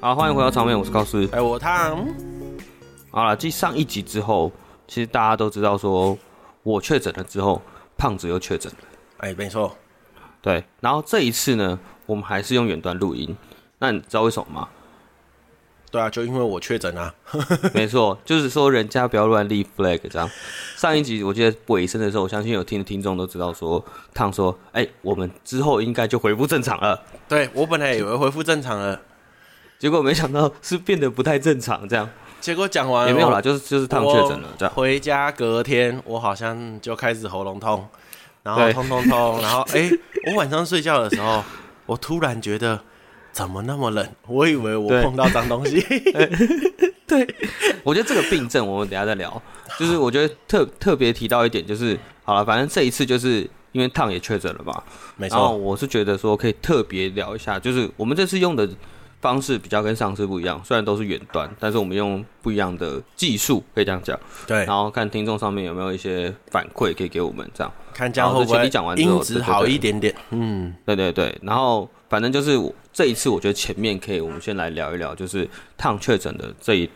好，欢迎回到场面，我是高斯。哎、我烫，好了，继上一集之后，其实大家都知道说，我确诊了之后，胖子又确诊了。哎、没错，对，然后这一次呢，我们还是用远端录音。那你知道为什么吗？对啊，就因为我确诊啊，没错，就是说人家不要乱立 flag 这样。上一集我记得尾声的时候，我相信有听的听众都知道说，烫说，哎、我们之后应该就恢复正常了。对我本来以为恢复正常了，结果没想到是变得不太正常，这样结果讲完也没有啦，我就是就是烫确诊了这样我。回家隔天，我好像就开始喉咙痛，然后对痛痛痛，然后哎、我晚上睡觉的时候，我突然觉得怎么那么冷，我以为我对碰到脏东西， 我觉得这个病症我们等一下再 聊。就是我觉得特特别提到一点，就是好了，反正这一次就是因为烫也确诊了嘛，没然后错，我是觉得说可以特别聊一下，就是我们这次用的方式比较跟上次不一样，虽然都是远端，但是我们用不一样的技术，可以这样讲。 对，然后看听众上面有没有一些反馈可以给我们这样。看这样好会这不前会提讲完之后音质对对对好一点点，嗯，对对对，然后反正就是我这一次，我觉得前面可以我们先来聊一聊，就是烫确诊的这一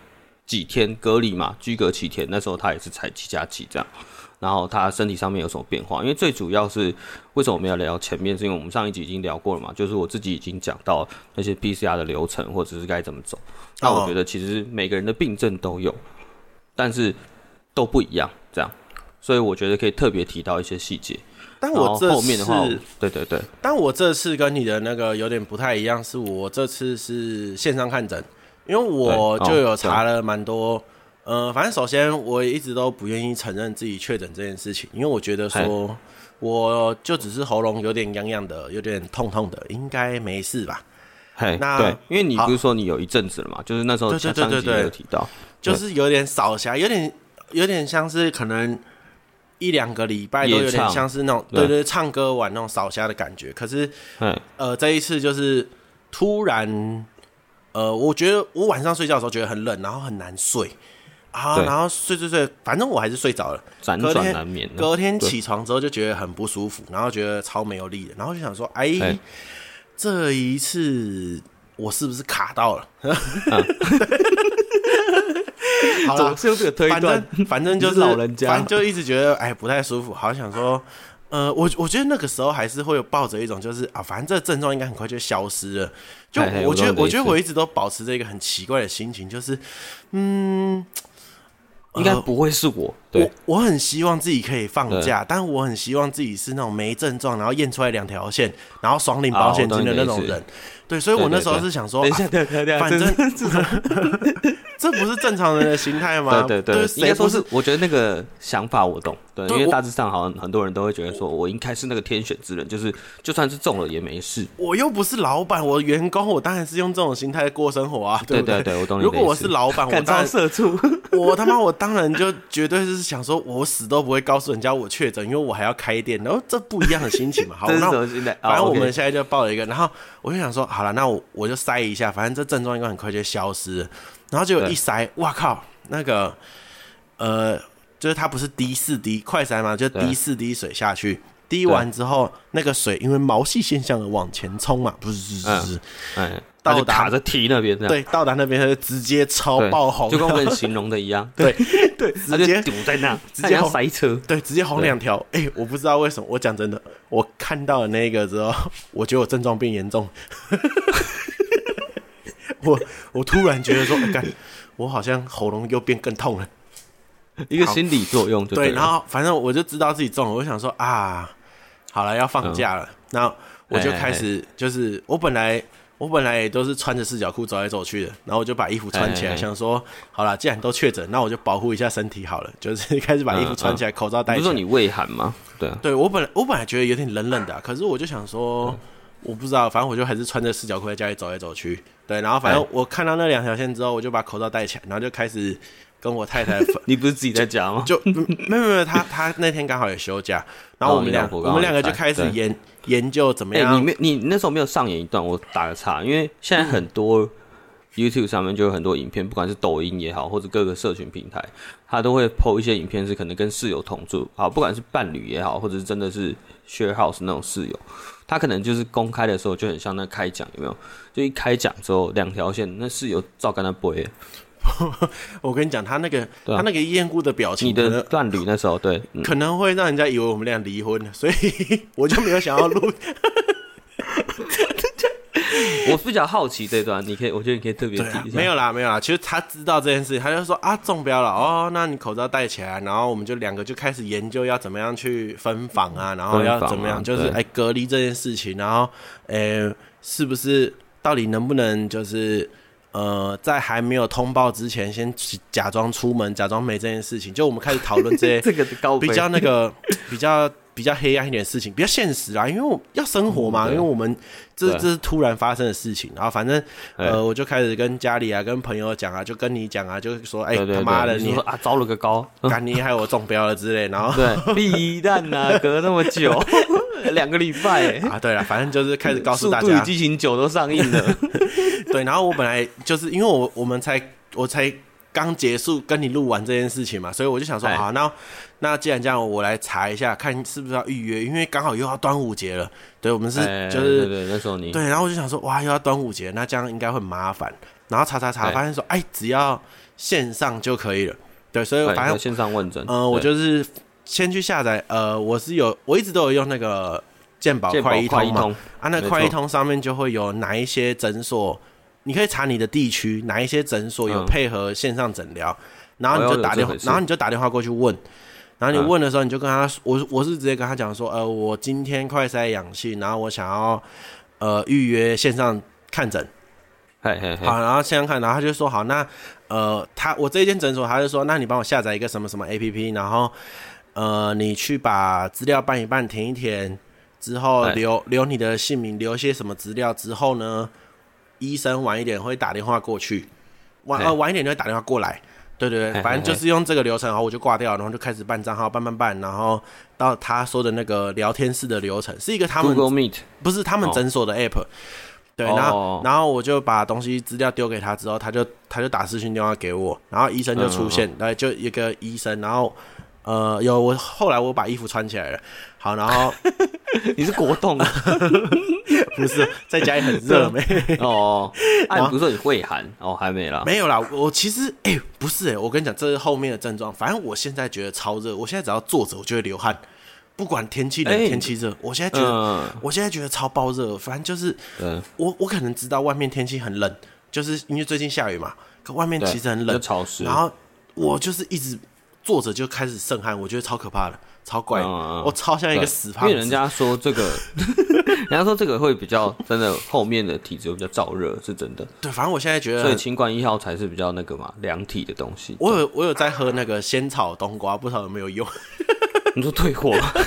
几天隔离嘛，居隔七天，那时候他也是才七加七这样。然后他身体上面有什么变化？因为最主要是为什么我们要聊前面，是因为我们上一集已经聊过了嘛，就是我自己已经讲到那些 PCR 的流程或者是该怎么走。那我觉得其实每个人的病症都有，但是都不一样，这样，所以我觉得可以特别提到一些细节。但然我后这后面的话次，对对对，但我这次跟你的那个有点不太一样，是我这次是线上看诊，因为我对哦就有查了蛮多。呃，反正首先我一直都不愿意承认自己确诊这件事情，因为我觉得说，我就只是喉咙有点痒痒的，有点痛痛的，应该没事吧。嘿，那对，因为你好不是说你有一阵子了嘛，就是那时候对对上对上一集对对也有提到，就是有点扫霞，有点有点像是可能一两个礼拜都有夜唱点像是那种对对对唱歌玩那种扫霞的感觉。可是嘿，呃，这一次就是突然，呃，我觉得我晚上睡觉的时候觉得很冷，然后很难睡啊，对然后睡睡睡，反正我还是睡着了。辗隔转天难眠啊。隔天对起床之后就觉得很不舒服，然后觉得超没有力的，然后就想说，哎哎，这一次我是不是卡到了？好啦总是有这个推反断， 正反正就是你是老人家反正就一直觉得哎不太舒服，好像想说，呃，我我觉得那个时候还是会有抱着一种就是啊，反正这症状应该很快就消失了。就嘿嘿我觉我懂得你的我觉得意思我一直都保持着一个很奇怪的心情，就是应该不会是我。我对，我很希望自己可以放假，但我很希望自己是那种没症状，然后验出来两条线，然后爽领保险金的那啊我懂种你的意人。对，所以我对对那时候对是想说，等一啊 下，等一下，等一下，反这正是这种， 这不是正常人的心态吗？ 对对对，应谁该说不是，我觉得那个想法我懂，对，因对为我大致上好像很多人都会觉得说，我应该是那个天选之人，就是就算是中了也没事。我又不是老板，我员工，我当然是用这种心态过生活啊，对不对对对我懂你的如果我意思是老板，啊我感当召然社畜，我他妈我当然就绝对是想说，我死都不会告诉人家我确诊，因为我还要开店，然后这不一样的心情嘛。 好，这是那什我么心态？反正哦我，OK 们现在就报了一个，然后我就想说，好了，那我我就筛一下，反正这症状应该很快就消失了。然后结果对一筛，哇靠，那个呃，就是它不是滴四滴快筛嘛，就对滴四滴水下去，滴完之后，那个水因为毛细现象的往前冲嘛，不是不是不是，哎，到那就达卡在 T 那边这样，对，到达那边它就直接超对，爆红，就跟我们形容的一样， 对 对，他就直接堵在那，直接他要红塞车，对，直接红两条。哎、我不知道为什么，我讲真的，我看到了那个之后，我觉得我症状变严重。 我我突然觉得说，哎干、我好像喉咙又变更痛了。一个心理作用就对，了然后反正我就知道自己中了，我就想说啊，好了，要放假嗯了。那、我哎就开始就是我本来。我本来也都是穿着四角裤走来走去的，然后我就把衣服穿起来，哎哎哎想说好了，既然都确诊，那我就保护一下身体好了，就是开始把衣服嗯穿起来，口罩戴你起不来。是说你胃寒吗？对啊，对我本来我本来觉得有点冷冷的啊、可是我就想嗯说，我不知道，反正我就还是穿着四角裤在家里走来走去。对，然后反正哎我看到那两条线之后，我就把口罩戴起来，然后就开始跟我太太 分。你不是自己在家吗？就嗯没有没有没有，她她那天刚好也休假，然后我们你老两婆我刚好们两个也在就开始对研研究怎么哎、你样没你那时候没有上演一段，我打个岔，因为现在很多 YouTube 上面就有很多影片，不管是抖音也好，或者各个社群平台，他都会 PO 一些影片，是可能跟室友同住，好，不管是伴侣也好，或者是真的是 share house 那种室友，他可能就是公开的时候就很像那开讲，有没有？就一开讲之后，两条线，那室友照跟他播。我跟你讲，他那个、对啊他那个厌恶的表情，你可的能伴侣那时候对，嗯可能会让人家以为我们俩离婚了，所以 我就没有想要录。我比较好奇这段，你可以，我觉得你可以特别对提啊一，下。没有啦，没有啦。其实他知道这件事，他就说啊中标了哦，那你口罩戴起来，然后我们就两个就开始研究要怎么样去分房啊，然后分要房啊怎么样，就是对哎隔离这件事情，然后哎是不是到底能不能就是。呃，在还没有通报之前，先假装出门，假装没这件事情。就我们开始讨论这些这个高比杯较那个 比较比较黑暗一点的事情，比较现实啊啦，因为我要生活嘛，嗯因对为我们这对这是突然发生的事情，然后反正对呃，我就开始跟家里啊、跟朋友讲啊，就跟你讲啊，就是说，哎、对对他妈的，对，你你说啊，招了个高，干你害我中标了之类，然 后。对，避难呐，隔那么久， 两个礼拜，啊，对了，反正就是开始 告诉速大度与家，激情九都上映了，对，然后我本来就是因为我我们才我才刚结束跟你录完这件事情嘛，所以我就想说，哎好，那那既然这样，我来查一下，看是不是要预约，因为刚好又要端午节了，对，我们 是哎就是对对，那时候你对，然后我就想说，哇，又要端午节，那这样应该会很麻烦。然后查查查，对发现说，哎，只要线上就可以了。对，所以对反在正，线上问诊，呃，我对就是先去下载，呃，我是有，我一直都有用那个健保健保快易快通一嘛，通，啊，那没快易错通上面就会有哪一些诊所，你可以查你的地区哪一些诊所有嗯配合线上诊疗，然后哦你要就有打这电话回，事然后你就打电话过去问。然后你嗯问的时候，你就跟他，我我是直接跟他讲说，呃，我今天快筛阳性，然后我想要呃预约线上看诊，嘿嘿嘿，好，然后线上看，然后他就说好，那呃他我这一间诊所，他就说，那你帮我下载一个什么什么 A P P，然后呃你去把资料办一办，填一填之后哎留留你的姓名，留些什么资料之后呢，医生晚一点会打电话过去，晚哎呃晚一点就会打电话过来。对对哎对，反正就是用这个流程，然后我就挂掉，然后就开始办账号，办办办，然后到他说的那个聊天室的流程，是一个他们 Google Meet，不是他们哦诊所的 app。对，哦然后然后我就把东西资料丢给他之后，他就他就打视讯电话给我，然后医生就出嗯现，对，就一个医生，然后呃，有我后来我把衣服穿起来了，好，然后你是国栋 啊不是在家里很 热没哦，啊，你不是说你会喊哦，还没啦，没有啦，我其实哎、不是哎、我跟你讲，这是后面的症状，反正我现在觉得超热，我现在只要坐着我就会流汗，不管天气冷哎天气热，我现在觉得、嗯，我现在觉得超爆热，反正就是对，我我可能知道外面天气很冷，就是因为最近下雨嘛，可外面对其实很就冷，潮湿，然后我就是一直坐着就开始渗汗，我觉得超可怕的，超怪的，嗯嗯嗯我超像一个对死因胖为子。人家说这个， 人家说这个会比较真的，后面的体质会比较燥热，是真的。对，反正我现在觉所以得，清冠一号才是比较那个嘛，凉体的东西。我有我有在喝那个仙草冬瓜，不知道有没有用。你说退货吗？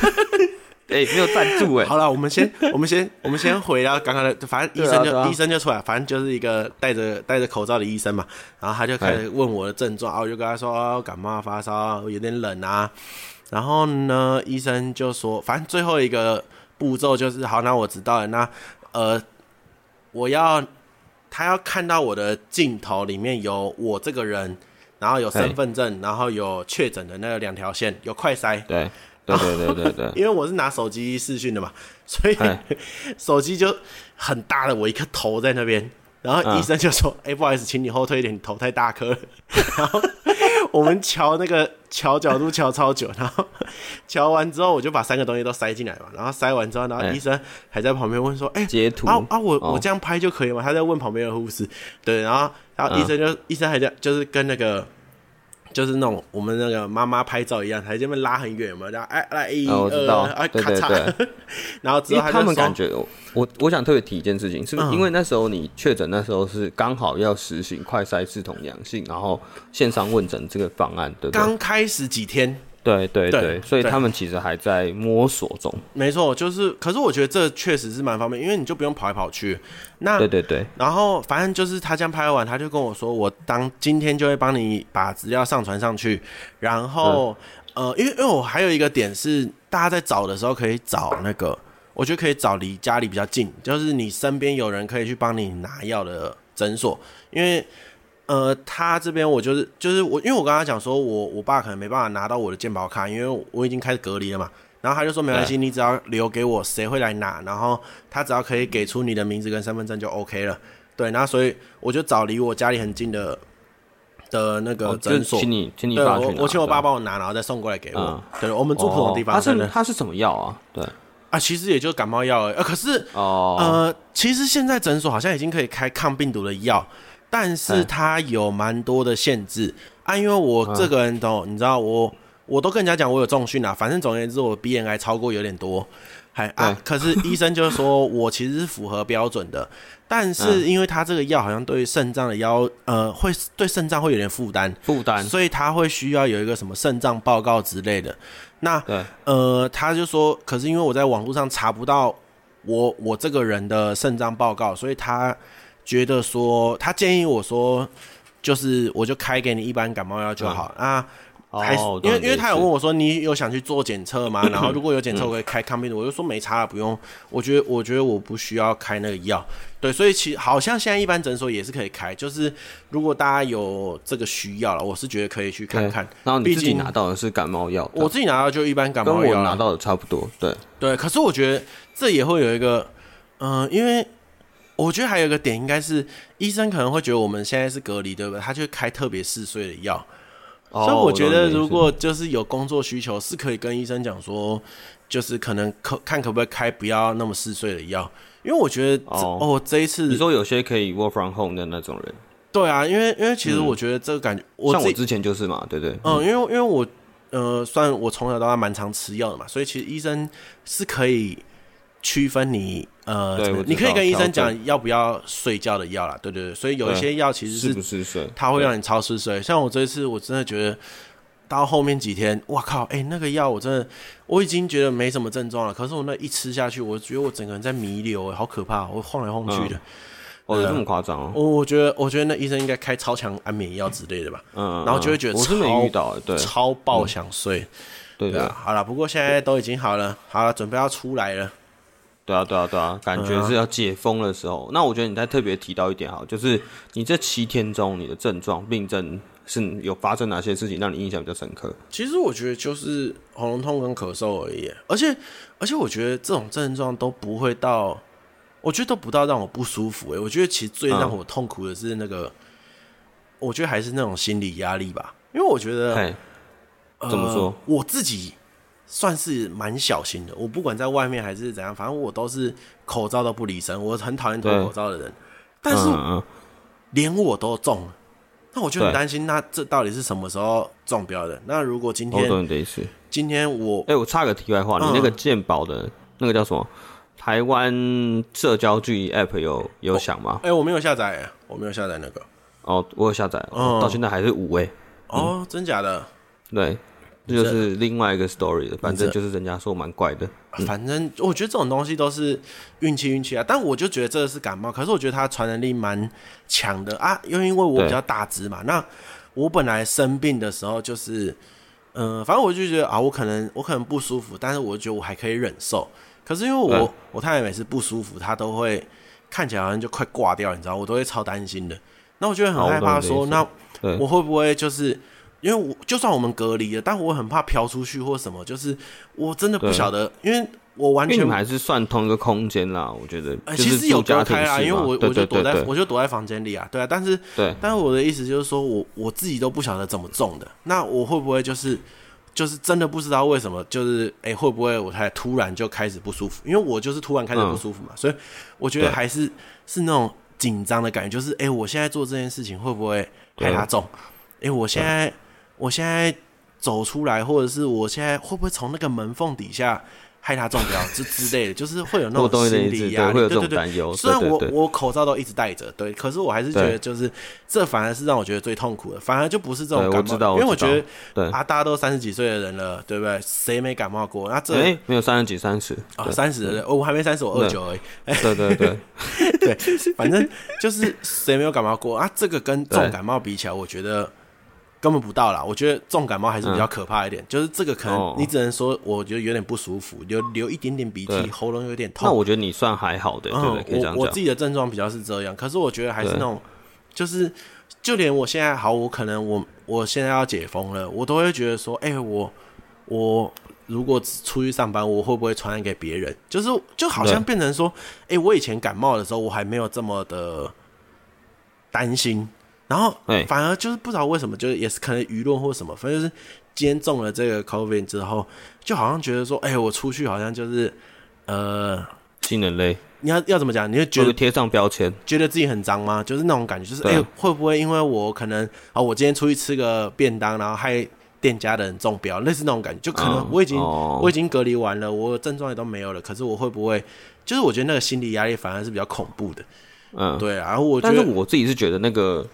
哎、没有赞助哎、好了，我们 先我们先我们先回到刚刚的，反正医对生啊就、对啊医生就出来，反正就是一个戴着戴着口罩的医生嘛，然后他就开始问我的症哎状，然后我就跟他说、哦、感冒发烧，有点冷啊，然后呢，医生就说，反正最后一个步骤就是，好，那我知道了，那呃，我要他要看到我的镜头里面有我这个人。然后有哎身份证，然后有确诊的那个两条线，有快筛，对对对对对对， 因为我是拿手机视讯的嘛， 所以哎手机就很大的，我一颗头在那边，然后嗯医生就说：“哎、不好意思，请你后退一点，你头太大颗了。” 然后我们瞧那个瞧角度瞧超久，然后 瞧完之后，我就把三个东西都塞进来嘛，然后塞完之后，然后哎医生还在旁边问说：“哎、截图啊啊，我我哦这样拍就可以吗？”他在问旁边的护士，对，然后然后医生就、嗯医生还在就是跟那个。就是那种我们那个妈妈拍照一样，还在那边拉很远嘛，然后哎来一哦我知道二哎对咔对嚓， 然后之因后为他就们说感觉我我我想特别提一件事情，是不是？嗯因为那时候你确诊那时候是刚好要实行快筛自同阳性，然后线上问诊这个方案，对不对？刚开始几天，对对对对，所以对他们其实还在摸索中。没错，就是，可是我觉得这确实是蛮方便，因为你就不用跑来跑去。那对对对，然后反正就是他这样拍完，他就跟我说，我当今天就会帮你把资料上传上去，然后、呃，因为因为我还有一个点是，大家在找的时候可以找那个，我觉得可以找离家里比较近，就是你身边有人可以去帮你拿药的诊所，因为呃，他这边我就是就是我，因为我跟他讲说我我爸可能没办法拿到我的健保卡，因为我已经开始隔离了嘛。然后他就说没关系，你只要留给我，谁会来拿？然后他只要可以给出你的名字跟身份证就 OK 了。对，然后所以我就找离我家里很近的的那个哦就诊是所，请你，请你对爸我去拿我请我爸对帮我拿，然后再送过来给我嗯。对，我们住不同的地哦方，他真是的他是什么药啊？对，啊，其实也就感冒药而已。呃，可是哦，呃，其实现在诊所好像已经可以开抗病毒的药，但是哎它有蛮多的限制啊。因为我这个人都，你知道我，我都跟人家讲我有重训啊，反正总而言之，我 BMI 超过有点多。还啊对，可是医生就是说我其实是符合标准的，但嗯是因为它这个药好像对肾脏的要呃会对肾脏会有点负担，负担，所以他会需要有一个什么肾脏报告之类的。那对，呃，他就说，可是因为我在网络上查不到我我这个人的肾脏报告，所以他觉得说，他建议我说，就是我就开给你一般感冒药就好、啊。还是嗯哦，因为对因为他有是问我说你有想去做检 测吗？然后如果有检测，我可以开抗病毒。我就说没差了，不用。我觉得我觉得我不需要开那个药。对，所以其好像现在一般诊所也是可以开，就是如果大家有这个需要了，我是觉得可以去看对看。然后你毕自己竟拿到的是感冒药，我自己拿到就一般感跟冒我药啦拿到的差不多，对，对，可是我觉得这也会有一个，嗯、因为我觉得还有一个点，应该是医生可能会觉得我们现在是隔离，对不对？他就会开特别嗜睡的药，所以哦我觉懂得你的意如思果就是有工作需求，是可以跟医生讲说，就是可能可看可不可以开不要那么嗜睡的药，因为我觉得这哦哦这一次你说有些可以 work from home 的那种人，对啊，因为因为其实我觉得这个感觉，我嗯像自我己之前就是嘛，对不对？嗯，因为因为我呃，算我从小到大蛮常吃药的嘛，所以其实医生是可以区分你呃，对怎么我知你可以道跟医生调整讲要不要睡觉的药啦，对对对，所以有一对些药其实是不是是睡？它会让你超嗜睡，像我这一次我真的觉得。到后面几天，哇靠！哎、那个药我真的，我已经觉得没什么症状了。可是我那一吃下去，我觉得我整个人在弥留、哎，好可怕！我晃来晃去的。哦，有这么夸张哦？啊我、我觉得，我觉得那医生应该开超强安眠药之类的吧，嗯，然后就会嗯觉得我是超没遇到，对嗯超爆想睡。对对对啊，好了，不过现在都已经好了，好了，准备要出来了。对啊，对啊，对啊，感嗯觉是要解封的时候。那我觉得你再特别提到一点哈，就是你这七天中你的症状、病症是有发生哪些事情让你印象比较深刻？其实我觉得就是喉咙痛跟咳嗽而已，而且而且我觉得这种症状都不会到，我觉得都不到让我不舒服、欸。我觉得其实最让我痛苦的是那个，我觉得还是那种心理压力吧，因为我觉得嘿，怎么说呃？我自己算是蛮小心的，我不管在外面还是怎样，反正我都是口罩都不离身，我很讨厌脱对口罩的人。但是嗯嗯，连我都中了，那我就很对担心，那这到底是什么时候中标的？那如果今我天、懂你的意思。今天我哎、我插个题外话，你嗯那个健保的那个叫什么？台湾社交距离 App 有有响吗？哎、我没有下载、我没有下载那个哦，我有下载，嗯到现在还是五位。哦，真假的？对，这就是另外一个 story 了。反正这就是人家说蛮怪的，反正我觉得这种东西都是运气运气啊，但我就觉得这个是感冒，可是我觉得它传染力蛮强的啊，又因为我比较大只嘛，那我本来生病的时候就是，嗯、反正我就觉得啊，我可能我可能不舒服，但是我觉得我还可以忍受，可是因为我、嗯我太太每次不舒服，她都会看起来好像就快挂掉，你知道，我都会超担心的，那我就会很好害怕啊我懂你的说意思那对，我会不会就是因为我就算我们隔离了，但我很怕飘出去或什么，就是我真的不对晓得，因为我完因为你全们。还是算同一个空间啦，我觉得。呃，就其是实有住家隔庭开啦，式因为嘛我对我就对躲对在对我就躲在房间里啊，对啊，但是对但是我的意思就是说我我自己都不晓得怎么中的，那我会不会就是就是真的不知道为什么，就是哎、会不会我才突然就开始不舒服？因为我就是突然开始不舒服嘛，所以我觉得嗯对还是是那种紧张的感觉，就是哎、我现在做这件事情会不会害他中？嗯哎、我现在我现在走出来，或者是我现在会不会从那个门缝底下害他中 标之之类的，就是会有那我种懂你的心意思，理对，压力，会有这对种对对。担忧。虽然哦对我对对我口罩都一直戴着，对，可是我还是觉得对就是这反而是让我觉得最痛苦的，反而就不是这种对感我冒，知道嗯因为我我知觉得对，啊，大家都三十几岁的人了，对不对？谁没感冒过？那这、哎、没有三十几，三十，啊三十的，哦我还没三十，我二九而已。对对 对， 反正就是谁没有感冒过啊？这个跟重对感冒比起来，我觉得根本不到啦。我觉得重感冒还是比较可怕一点，就是这个可嗯哦能你只能说，我觉得有点不舒服，流流一点点鼻涕，对喉咙有点那痛。我觉得你算还好的，对不对？可以这嗯我样我自讲。己的症状比较是这样，可是我觉得还是对那种，就是就连我现在好，我可能我我现在要解封了，我都会觉得说，哎、我我如果出去上班，我会不会传染给别人？就是就好像对变成说，哎、我以前感冒的时候，我还没有这么的担心，然后哎反而就是不知道为什么，就是也是可能舆论或什么，反正就是今天中了这个 COVID 之后，就好像觉得说，哎、我出去好像就是呃。新人类你要要怎么讲？你会就觉得是贴上标签，觉得自己很脏吗？就是那种感觉，就是对哎、啊诶会不会因为我可能啊，我今天出去吃个便当，然后害店家的人中标，类似那种感觉，就可能嗯我已经、哦我已经隔离完了，我症状也都没有了，可是我会不会，就是我觉得那个心理压力反而是比较恐怖的，嗯，对啊，然后我觉但得是我自己是觉得那个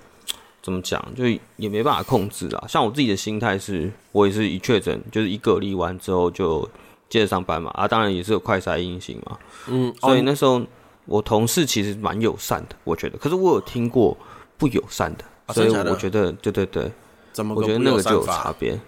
怎么讲，就也没办法控制啊。像我自己的心态是，我也是一确诊，就是一隔离完之后就接着上班嘛，啊，当然也是有快筛阴性嘛，嗯，所以哦那时候我同事其实蛮友善的，我觉得。可是我有听过不友善的，啊所以真的假的我觉得，对对对，怎么我个觉得不那友个就善有法差别。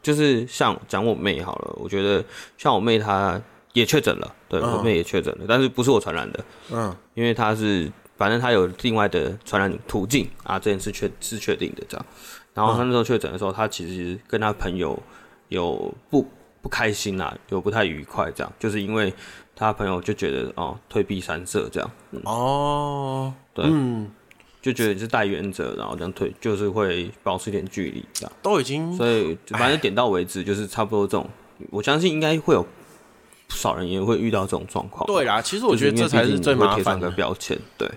就是像讲我妹好了，我觉得像我妹她也确诊了，对、嗯我妹也确诊了，但是不是我传染的，嗯，因为她是反正她有另外的传染途径啊，这件事确是确定的这样。然嗯后她那时候确诊的时候，她其实跟她朋友有不不开心啦、有不太愉快这样，就是因为她朋友就觉得哦退避三舍这样，哦，对嗯，就觉得你是带原者，然后这样退就是会保持一点距离这样。都已经所以反正点到为止，就是差不多这种。我相信应该会有不少人也会遇到这种状况。对，啦，其实我觉得就这是因才为毕是竟最你会麻贴上烦个的。标签。对，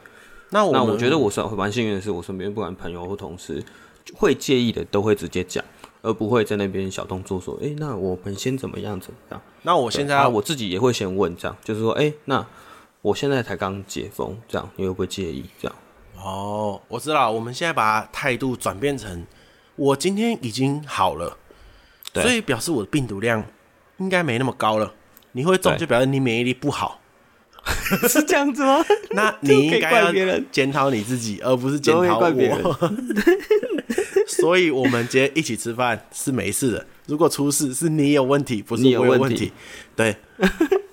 那我那们我觉得我是蛮幸运的是，我身边不管朋友或同事会介意的，都会直接讲，而不会在那边小动作说：“哎、那我们先怎么样怎么样。”那我对现在啊，要我自己也会先问这样，就是说：“哎、那我现在才刚解封，这样你会不会介意？”这样，哦，我知道，我们现在把态度转变成，我今天已经好了，对所以表示我的病毒量应该没那么高了。你会中对就表示你免疫力不好， 是这样子吗？那你应 该就可以怪别要人检讨你自己，而不是检都讨会怪别人我。 所以，我们今天一起吃饭是没事的。如果出事，是你有问题，不是你有我有问问题题。 对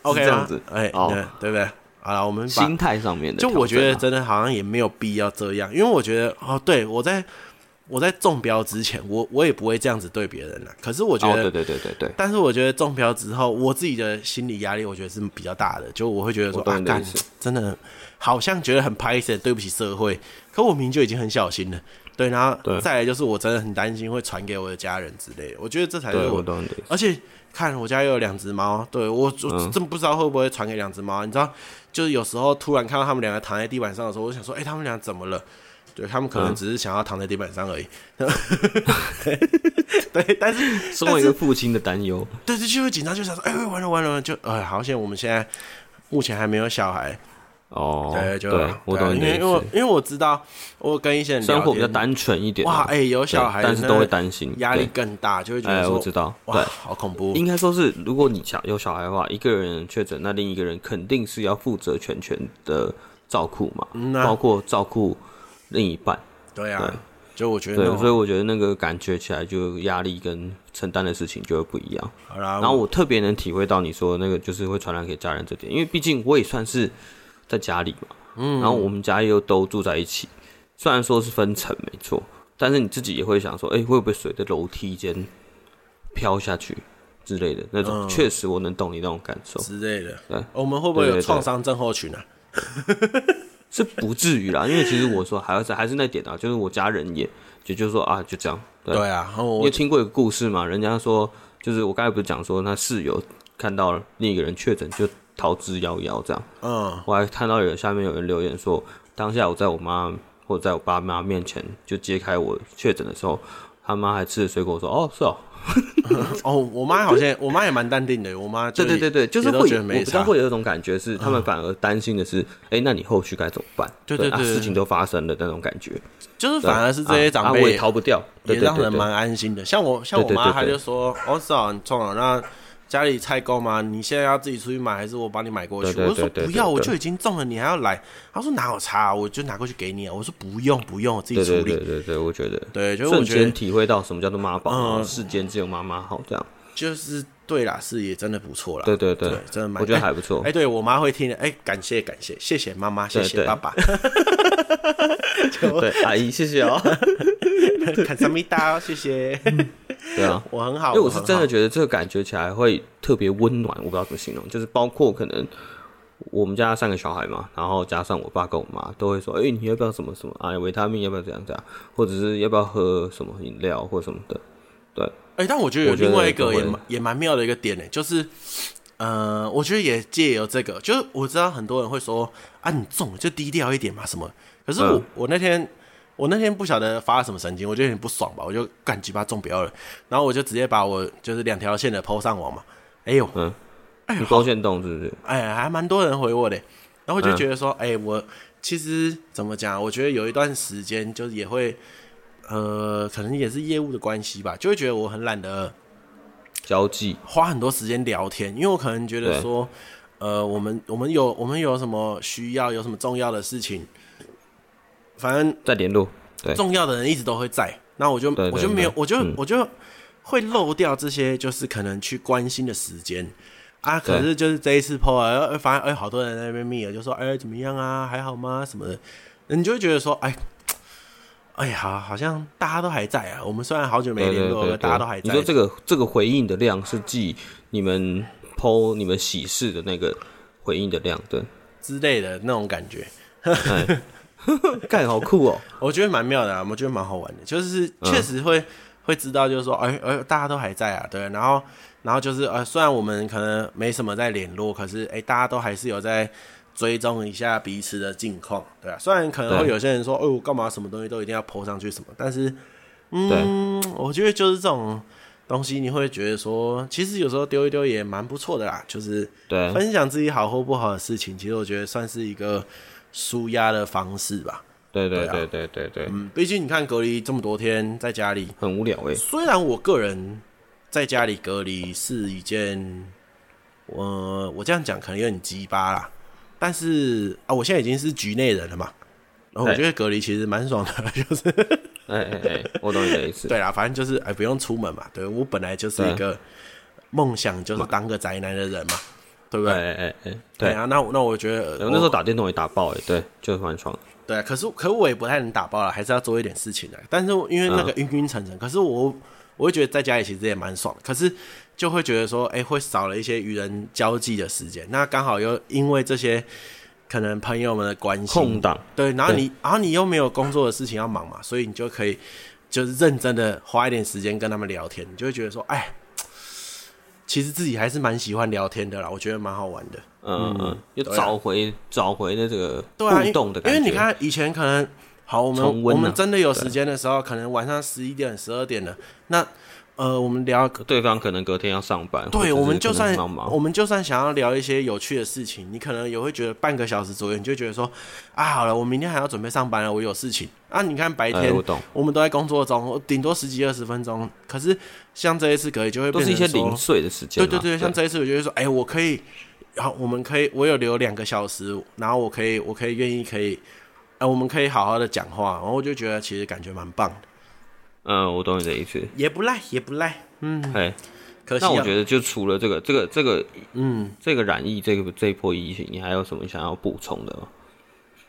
，OK 这样吗子哎，哦对对不对？好了，我们把心态上面的就调整啊，我觉得真的好像也没有必要这样，因为我觉得哦，对我在我在中标之前，我我也不会这样子对别人啦。可是我觉哦，得，对对对对对，但是我觉得中标之后，我自己的心理压力，我觉得是比较大的。就我会觉得说我懂啊，你的干意思，真的好像觉得很拍死，对不起社会。可我明明就已经很小心了，对，然后对再来就是我真的很担心会传给我的家人之类的。我觉得这才是对我我懂你的意思。而且看我家又有两只猫，对我我嗯真不知道会不会传给两只猫。你知道，就是有时候突然看到他们两个躺在地板上的时候，我就想说，哎、他们俩怎么了？对他们可能嗯只是想要躺在地板 上而已。对，但是身为一个父亲的担忧，对对，就会紧张，就想说，哎、完了完了完了，就哎，好险，我们现在目前还没有小孩。哦，对，就我对啊懂你因的为意因为我思。因为我知道，我跟一些人生聊活比较天，单纯一点啊，哇，哎、有对小孩，但是都会担心压力对更大，就会觉哎得说，我知道哇，对好恐怖。应该说是，如果你小有小孩的话，一个人确诊，那另一个人肯定是要负责全权的照顾嘛，嗯啊包括照顾另一半。对啊，对就我觉得对那，种，所以我觉得那个感觉起来就压力跟承担的事情就会不一样。好啦，然后啊我特别能体会到你说的那个就是会传染给家人这点，因为毕竟我也算是在家里嘛，嗯，然后我们家又都住在一起，虽然说是分层没错，但是你自己也会想说，哎、会不会随着楼梯间飘下去之类的那种？确、实，我能懂你那种感受，之类的。哦对我们会不会对有对对创伤症候群啊？是不至于啦，因为其实我说还是还是那点啊，就是我家人也也就是说啊，就这样，对，对啊，然后你有我听过一个故事嘛？人家说，就是我刚才不是讲说，他室友看到另一个人确诊就逃之夭夭这样。嗯，我还看到有下面有人留言说，当下我在我妈或者在我爸妈面前就揭开我确诊的时候，他妈还吃着水果说：“哦，是哦。哦，我妈好像我妈也蛮淡定的，我妈”就对对对对，就是也会都觉有，得我没比较差。会有一种感觉是，他们反而担心的是，哎，那你后续该怎么办？对对啊对事情都发生了那种感觉，就是反而是这些啊长啊我辈也逃不掉，对也对让对人对蛮安心的。像我像我对对妈，对她对就说：“哦，是啊，你中了，那家里菜够吗？你现在要自己出去买，还是我帮你买过去？对对我就说对对不对要，对我就已经中了，你还要来？他说哪有差、我就拿过去给你啊。我说不用不用，我自己对处对理对。对对，我觉得对，就是我瞬觉间得体会到什么叫做妈宝，嗯然后世间只有妈妈好这样。就是对啦，是也真的不错啦。对对对对，真的蛮我觉得哎还不错 哎、。对我妈会听的，哎、感谢感谢，谢谢妈妈，谢对谢对爸爸， 对，阿姨谢谢哦。 看什么哒，谢谢， 对啊，我很好，因为我是很真好的觉得这个感觉起来会特别温暖，我不知道怎么形容，就是包括可能我们家三个小孩嘛，然后加上我爸跟我妈都会说，哎、你要不要什么什么啊，维他命要不要怎样怎样，或者是要不要喝什么饮料或什么的，哎、但我觉得有我觉得另外一个都也会蛮也蛮妙的一个点呢、就是，呃，我觉得也借由这个，就是我知道很多人会说啊，你中了就低调一点嘛什么。可是我、嗯我那天我那天不晓得发了什么神经，我就有点不爽吧，我就干鸡巴中标了，然后我就直接把我就是两条线的抛上网嘛。哎嗯呦，你勾线动是不是？哎，还蛮多人回我的，然后我就觉得说，哎、我其实怎么讲？我觉得有一段时间就是也会，呃，可能也是业务的关系吧，就会觉得我很懒得。交际，花很多时间聊天，因为我可能觉得对说，呃，我们我们有我们有什么需要，有什么重要的事情，反正再联络，对重要的人一直都会在。那我就对对我就没有对，我就、嗯我就会漏掉这些，就是可能去关心的时间啊。对可是就是这一次 PO 啊，呃发现哎，好多人在那边密了，就说哎怎么样啊，还好吗什么的，你就会觉得说哎。哎呀，好好像大家都还在啊。我们虽然好久没对对联络对了，对，大家都还在。你说这个这个回应的量是继你们剖你们喜事的那个回应的量，对，之类的那种感觉，盖好酷哦、我觉得蛮妙的啊，我觉得蛮好玩的，就是确实会、会知道，就是说，哎、哎、大家都还在啊，对，然后然后就是呃，虽然我们可能没什么在联络，可是哎、大家都还是有在追踪一下彼此的近况，对啊，虽然可能会对有些人说，哦，干嘛什么东西都一定要 PO 上去什么，但是对，嗯，我觉得就是这种东西，你会觉得说，其实有时候丢一丢也蛮不错的啦，就是对，分享自己好或不好的事情，其实我觉得算是一个舒压的方式吧。对，对，对啊对，对，对，对，嗯，毕竟你看隔离这么多天在家里，很无聊哎、虽然我个人在家里隔离是一件，我、我这样讲可能有点鸡巴啦，但是啊，我现在已经是局内人了嘛，然后我对觉得隔离其实蛮爽的， 就是哎哎哎，我懂你的意思。对啦，反正就是哎不用出门嘛，对我本来就是一个梦想就是当个宅男的人嘛，对不哎对？哎哎哎，对对。啊，那我那我觉得我呃那时候打电动也打爆哎、对，就是蛮爽的。对啊，可是可是我也不太能打包了，还是要做一点事情的。啊但是我因为那嗯个晕晕沉沉，可是我我会觉得在家里其实也蛮爽的，可是就会觉得说，哎、会少了一些与人交际的时间。那刚好又因为这些可能朋友们的关空系，档，对，然后你然后你又没有工作的事情要忙嘛，所以你就可以就是认真的花一点时间跟他们聊天，你就会觉得说，哎，其实自己还是蛮喜欢聊天的啦，我觉得蛮好玩的。嗯嗯，又对啊找回找回的这个对啊，因互动的感因觉。为你看以前可能好，我们、重我温啊们真的有时间的时候，可能晚上十一点、十二点了，那呃，我们聊。对方可能隔天要上班，或者对，是我们可就能算很忙我们就算想要聊一些有趣的事情，你可能也会觉得半个小时左右，你就觉得说啊，好了，我明天还要准备上班了，我有事情啊。你看白天、哎我懂我们都在工作中，顶多十几二十分钟。可是像这一次可以就会都变是一些成说零碎的时间对啊。对对，像这一次我就会说，哎、我可以，然后我们可以，我有留两个小时，然后我可以，我可以愿意可以，哎、我们可以好好的讲话，然后我就觉得其实感觉蛮棒的，嗯，我懂你的意思。也不赖，也不赖，嗯，哎，可惜、那啊，我觉得就除了这个这个这个嗯，这个染疫这个这一波疫情，你还有什么想要补充的吗？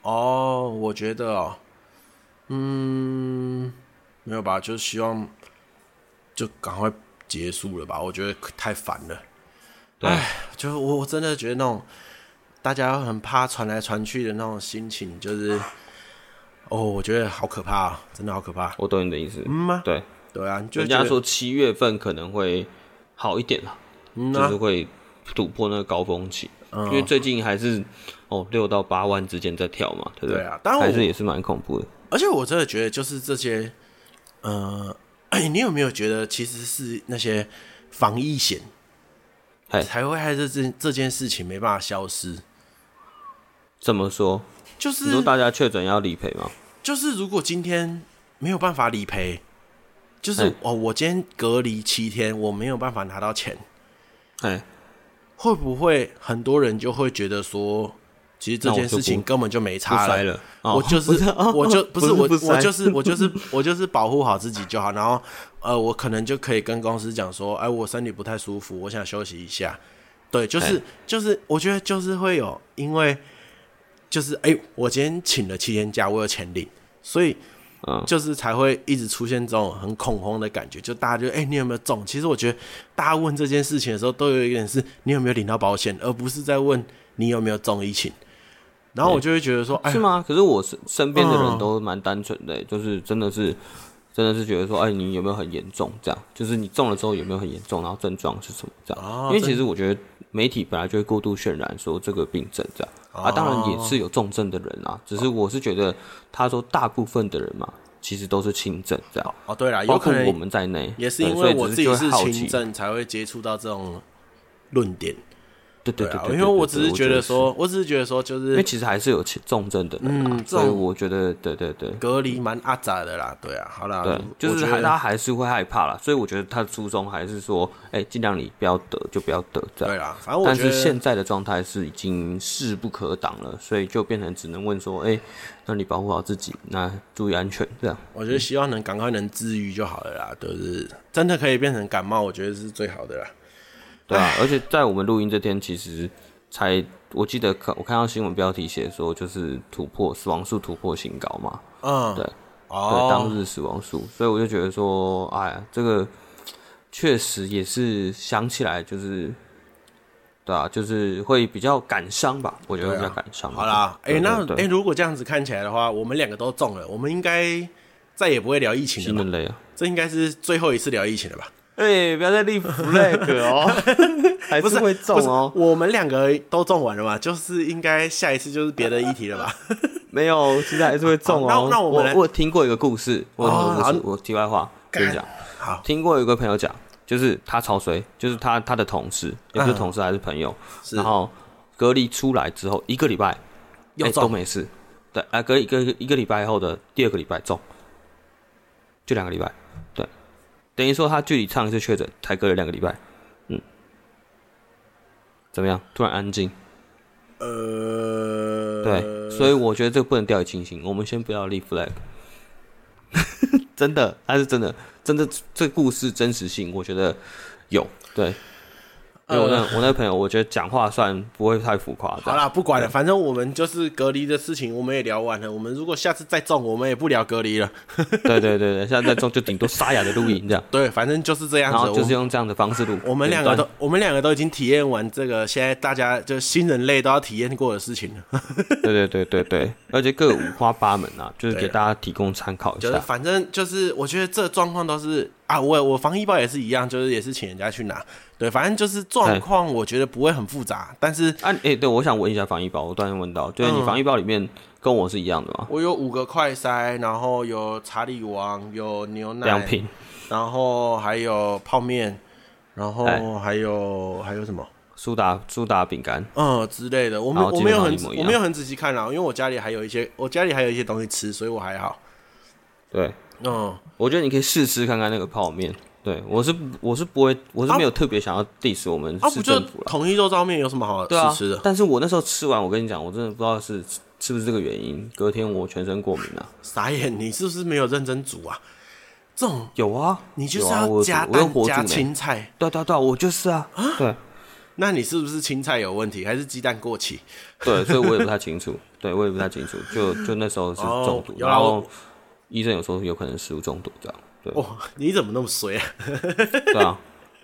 哦，我觉得哦，嗯，没有吧，就是希望就赶快结束了吧，我觉得太烦了。对唉，就是我我真的觉得那种大家很怕传来传去的那种心情，就是哦，我觉得好可怕、啊，真的好可怕。我懂你的意思。嗯吗？对，对啊，你就人觉家得说七月份可能会好一点啦，嗯就啊是会突破那个高峰期，嗯因为最近还是哦六到八万之间在跳嘛，对不对对啊当然我还是也是蛮恐怖的。而且我真的觉得，就是这些，呃， 哎，你有没有觉得其实是那些防疫险哎才会害这件这件事情没办法消失？怎么说？就你说是大家确诊要理赔吗？就是，如果今天没有办法理赔，就是哎哦，我今天隔离七天，我没有办法拿到钱，哎，会不会很多人就会觉得说，其实这件事情根本就没不差塞了？了，哦我就是不是哦我就不是我不是我塞就是我就是我就是保护好自己就好，然后呃，我可能就可以跟公司讲说，哎，我身体不太舒服，我想休息一下。对，哎就是就是，我觉得就是会有，因为就是哎、我今天请了七天假，我有钱领，所以嗯就是才会一直出现这种很恐慌的感觉，就大家就哎、你有没有中？其实我觉得大家问这件事情的时候，都有一点是你有没有领到保险，而不是在问你有没有中疫情。然后我就会觉得说，哎是，吗？可是我身身边的嗯人都蛮单纯的、欸就是真的是，真的是觉得说，哎，你有没有很严重？这样，就是你中了之后有没有很严重，然后症状是什么？这样，哦因为真其实我觉得媒体本来就会过度渲染说这个病症这样、啊，当然也哦是有重症的人啊，只是我是觉得他说大部分的人嘛，其实都是轻症这样，哦，对啦，有包可括能我们在内，也是对因所为以我只自己就会是好轻奇症才会接触到这种论点，对对对啊对，因对为我对只是对觉得是说，我只是觉得说，就因为是其实还是有轻重症的人啊，嗯这所以种我觉得，对对对。隔离蛮阿杂的啦，对啊，好啦，对，就我是觉还得他还是会害怕啦，所以我觉得他的初衷还是说，哎、尽量你不要得就不要得这样。对啦，反正我但觉是得现在的状态是已经势不可挡了，所以就变成只能问说，哎、那你保护好自己，那注意安全这样。我觉得希望能赶快能治愈就好了啦，就是真的可以变成感冒，我觉得是最好的啦。对啊，而且在我们录音这天，其实才我记得看我看到新闻标题写说，就是突破死亡数突破新高嘛，嗯，对，对，哦，当日死亡数，所以我就觉得说，哎呀，这个确实也是想起来就是，对啊，就是会比较感伤吧，我觉得会比较感伤、好啦，哎、对对那哎、对诶如果这样子看起来的话，我们两个都中了，我们应该再也不会聊疫情心了吧？很累啊。这应该是最后一次聊疫情了吧？哎、不要再立 flag 哦， 还不是是会中哦。不是我们两个都中完了嘛，就是应该下一次就是别的议题了吧？没有，其实还是会中哦。好那那我我们来我有听过一个故事，我有听过一个故哦事，我题外话跟你讲，好，听过有个朋友讲，就是他超衰，就是他他的同事，也不是嗯同事还是朋友，是然后隔离出来之后一个礼拜。 又哎中都没事。对，啊，隔一个一个礼拜后的第二个礼拜中，就两个礼拜。对，等于说他距离上一次确诊才隔了两个礼拜。嗯，怎么样？突然安静。呃，对，所以我觉得这个不能掉以轻心，我们先不要立 flag。真的，他是真的，真的，这故事真实性，我觉得有。对，因为我那、我那个朋友，我觉得讲话算不会太浮夸。这呃好样啦，不管了，反正我们就是隔离的事情，我们也聊完了。我们如果下次再中，我们也不聊隔离了。对对对对，现在在中就顶多沙哑的录音 这样。对，反正就是这样然子。后就是我用这样的方式录。我们两个都，我们两个都已经体验完这个，现在大家就新人类都要体验过的事情了。对对对对对，而且各有五花八门 啊，就是给大家提供参考一就是下。反正就是，我觉得这状况都是啊，我我防疫包也是一样，就是也是请人家去拿。对，反正就是状况，我觉得不会很复杂。但是啊，哎、对，我想问一下防疫包，我突然问到，就是嗯你防疫包里面跟我是一样的吗？我有五个快塞，然后有查理王，有牛奶，两瓶，然后还有泡面，然后哎还有还有什么？苏打苏打饼干，嗯之类的，我没然后我基没本有上很一模一样我没有很仔细看啦，因为我家里还有一些我家里还有一些东西吃，所以我还好。对。嗯，我觉得你可以试吃看看那个泡面，对我是我是不会，我是没有特别想要 diss 我们啊市不就政府了，统一肉燥面有什么好对啊吃吃的？但是我那时候吃完，我跟你讲，我真的不知道是是不是这个原因，隔天我全身过敏啊，傻眼，你是不是没有认真煮啊？这种有啊，你就是有啊我要有加煮我有蛋火加煮呢，青菜，对对对，我就是啊，对，那你是不是青菜有问题，还是鸡蛋过期？ 对，所以我也不太清楚， 对我也不太清楚，就就那时候是中毒哦，有啊然后医生有说有可能食物中毒这样，对哇，你怎么那么衰啊？ 对啊，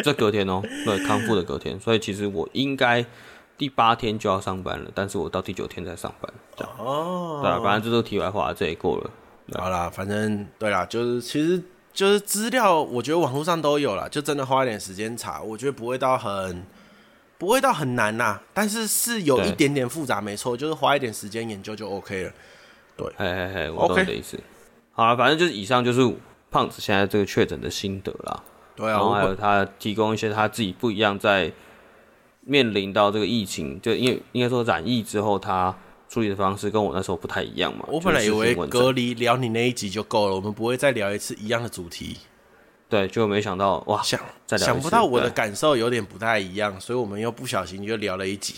这隔天哦，对康复的隔天，所以其实我应该第八天就要上班了，但是我到第九天才上班，这样哦，对啊，反正这都题外话，这也过了，好啦，反正对啦，就是其实就是资料，我觉得网络上都有啦，就真的花一点时间查，我觉得不会到很不会到很难呐，但是是有一对点点复杂，没错，就是花一点时间研究就 OK 了。嘿嘿嘿，我懂 OK 你的意思。好了，反正就是以上就是胖子现在这个确诊的心得啦。对然啊，后还我有他提供一些他自己不一样，在面临到这个疫情，就因为应该说染疫之后，他处理的方式跟我那时候不太一样嘛。我本来以就是为问诊隔离聊你那一集就够了，我们不会再聊一次一样的主题。对，就没想到哇，想再聊一次想不到我的对感受有点不太一样，所以我们又不小心就聊了一集。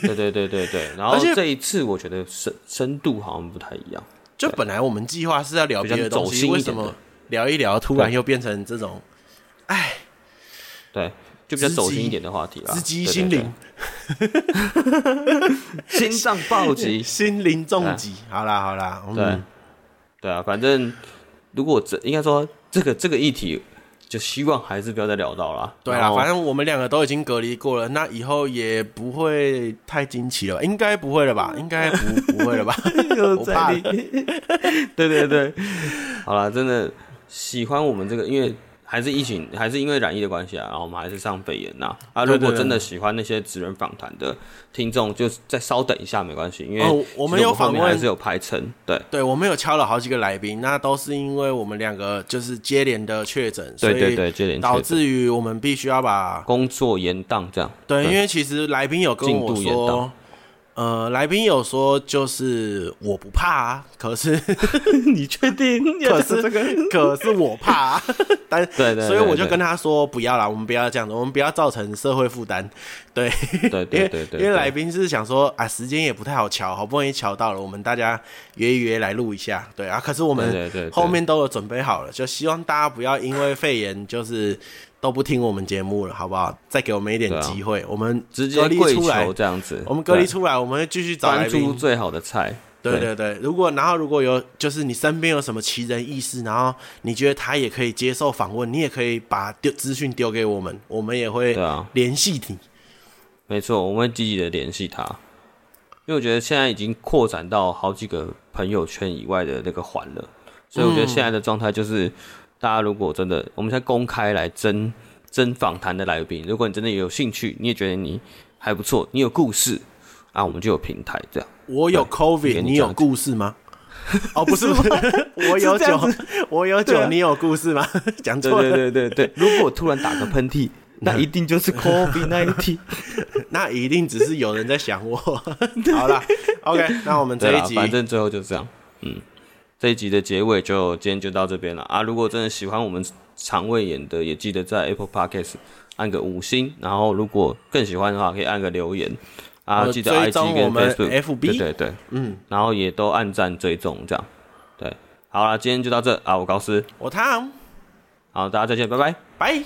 对对对对对，然后而且这一次我觉得深深度好像不太一样，就本来我们计划是要聊别比的较东走西，心一为点什的么聊一聊突然又变成这种对，就比较直击走心一点的话题啦，直击对对心灵、，对心脏暴击 心灵重击？好啦好啦，嗯对，对啊，反正如果这应该说这个这个议题，就希望还是不要再聊到啦。对然啦，后反正我们两个都已经隔离过了，那以后也不会太惊奇了吧？应该不会了吧？嗯应该不不会 了吧？我怕了，对对对，好了，真的喜欢我们这个，因为还是疫情，还是因为染疫的关系啊，然后我们还是上北研呐、啊。对如对果真的喜欢那些职人访谈的听众，就再稍等一下没关系，因为哦其实我我们有后面访问还是有排程，对对我们有敲了好几个来宾，那都是因为我们两个就是接连的确诊，所对对以对，接连导确诊致于我们必须要把工作延宕这样，对，对因为其实来宾有跟进我度也说到，呃，来宾有说就是我不怕、啊，可是你确定？可是这个 可是我怕、啊， 但对对，所以我就跟他他说不要啦，我们不要这样子，我们不要造成社会负担。对，对因对为对对，因为对来宾是想说啊，时间也不太好瞧，好不容易瞧到了，我们大家约一约来录一下。对啊，可是我对们对对对后面都有准备好了，就希望大家不要因为肺炎就是都不听我们节目了，好不好？再给我们一点对啊机会，我们直接隔离跪出来求，这样子，我们隔离对出来，我们会继续找来端出宾。最好的菜，对对对，如果然后如果有就是你身边有什么奇人异事，然后你觉得他也可以接受访问，你也可以把丢资讯丢给我们，我们也会对啊联系你。没错，我们会积极的联系他，因为我觉得现在已经扩展到好几个朋友圈以外的那个环了，所以我觉得现在的状态就是，大家如果真的，我们现在公开来征征访谈的来宾，如果你真的有兴趣，你也觉得你还不错，你有故事啊，我们就有平台这样。我有给 COVID，你你有讲故 事吗？哦，不是，不是 我有是这样酒，我有对酒，啊你有故事吗？ 讲 对错了，对对对对，如果我突然打个喷 嚏，那一定就是 COVID 那一 t 那一定只是有人在想我。好啦 o k 那我 们对这一啦，集反正最后就这样。嗯，这一集的结尾就今天就到这边了啊！如果真的喜欢我们肠胃炎的，也记得在 Apple Podcast 按个五星，然后如果更喜欢的话，可以按个留言啊，呃记得追 IG 踪我跟们 Facebook， FB 对对对，嗯，然后也都按赞追踪这样。对，好啦，今天就到这啊，我高斯，我汤，好，大家再见，拜拜。拜。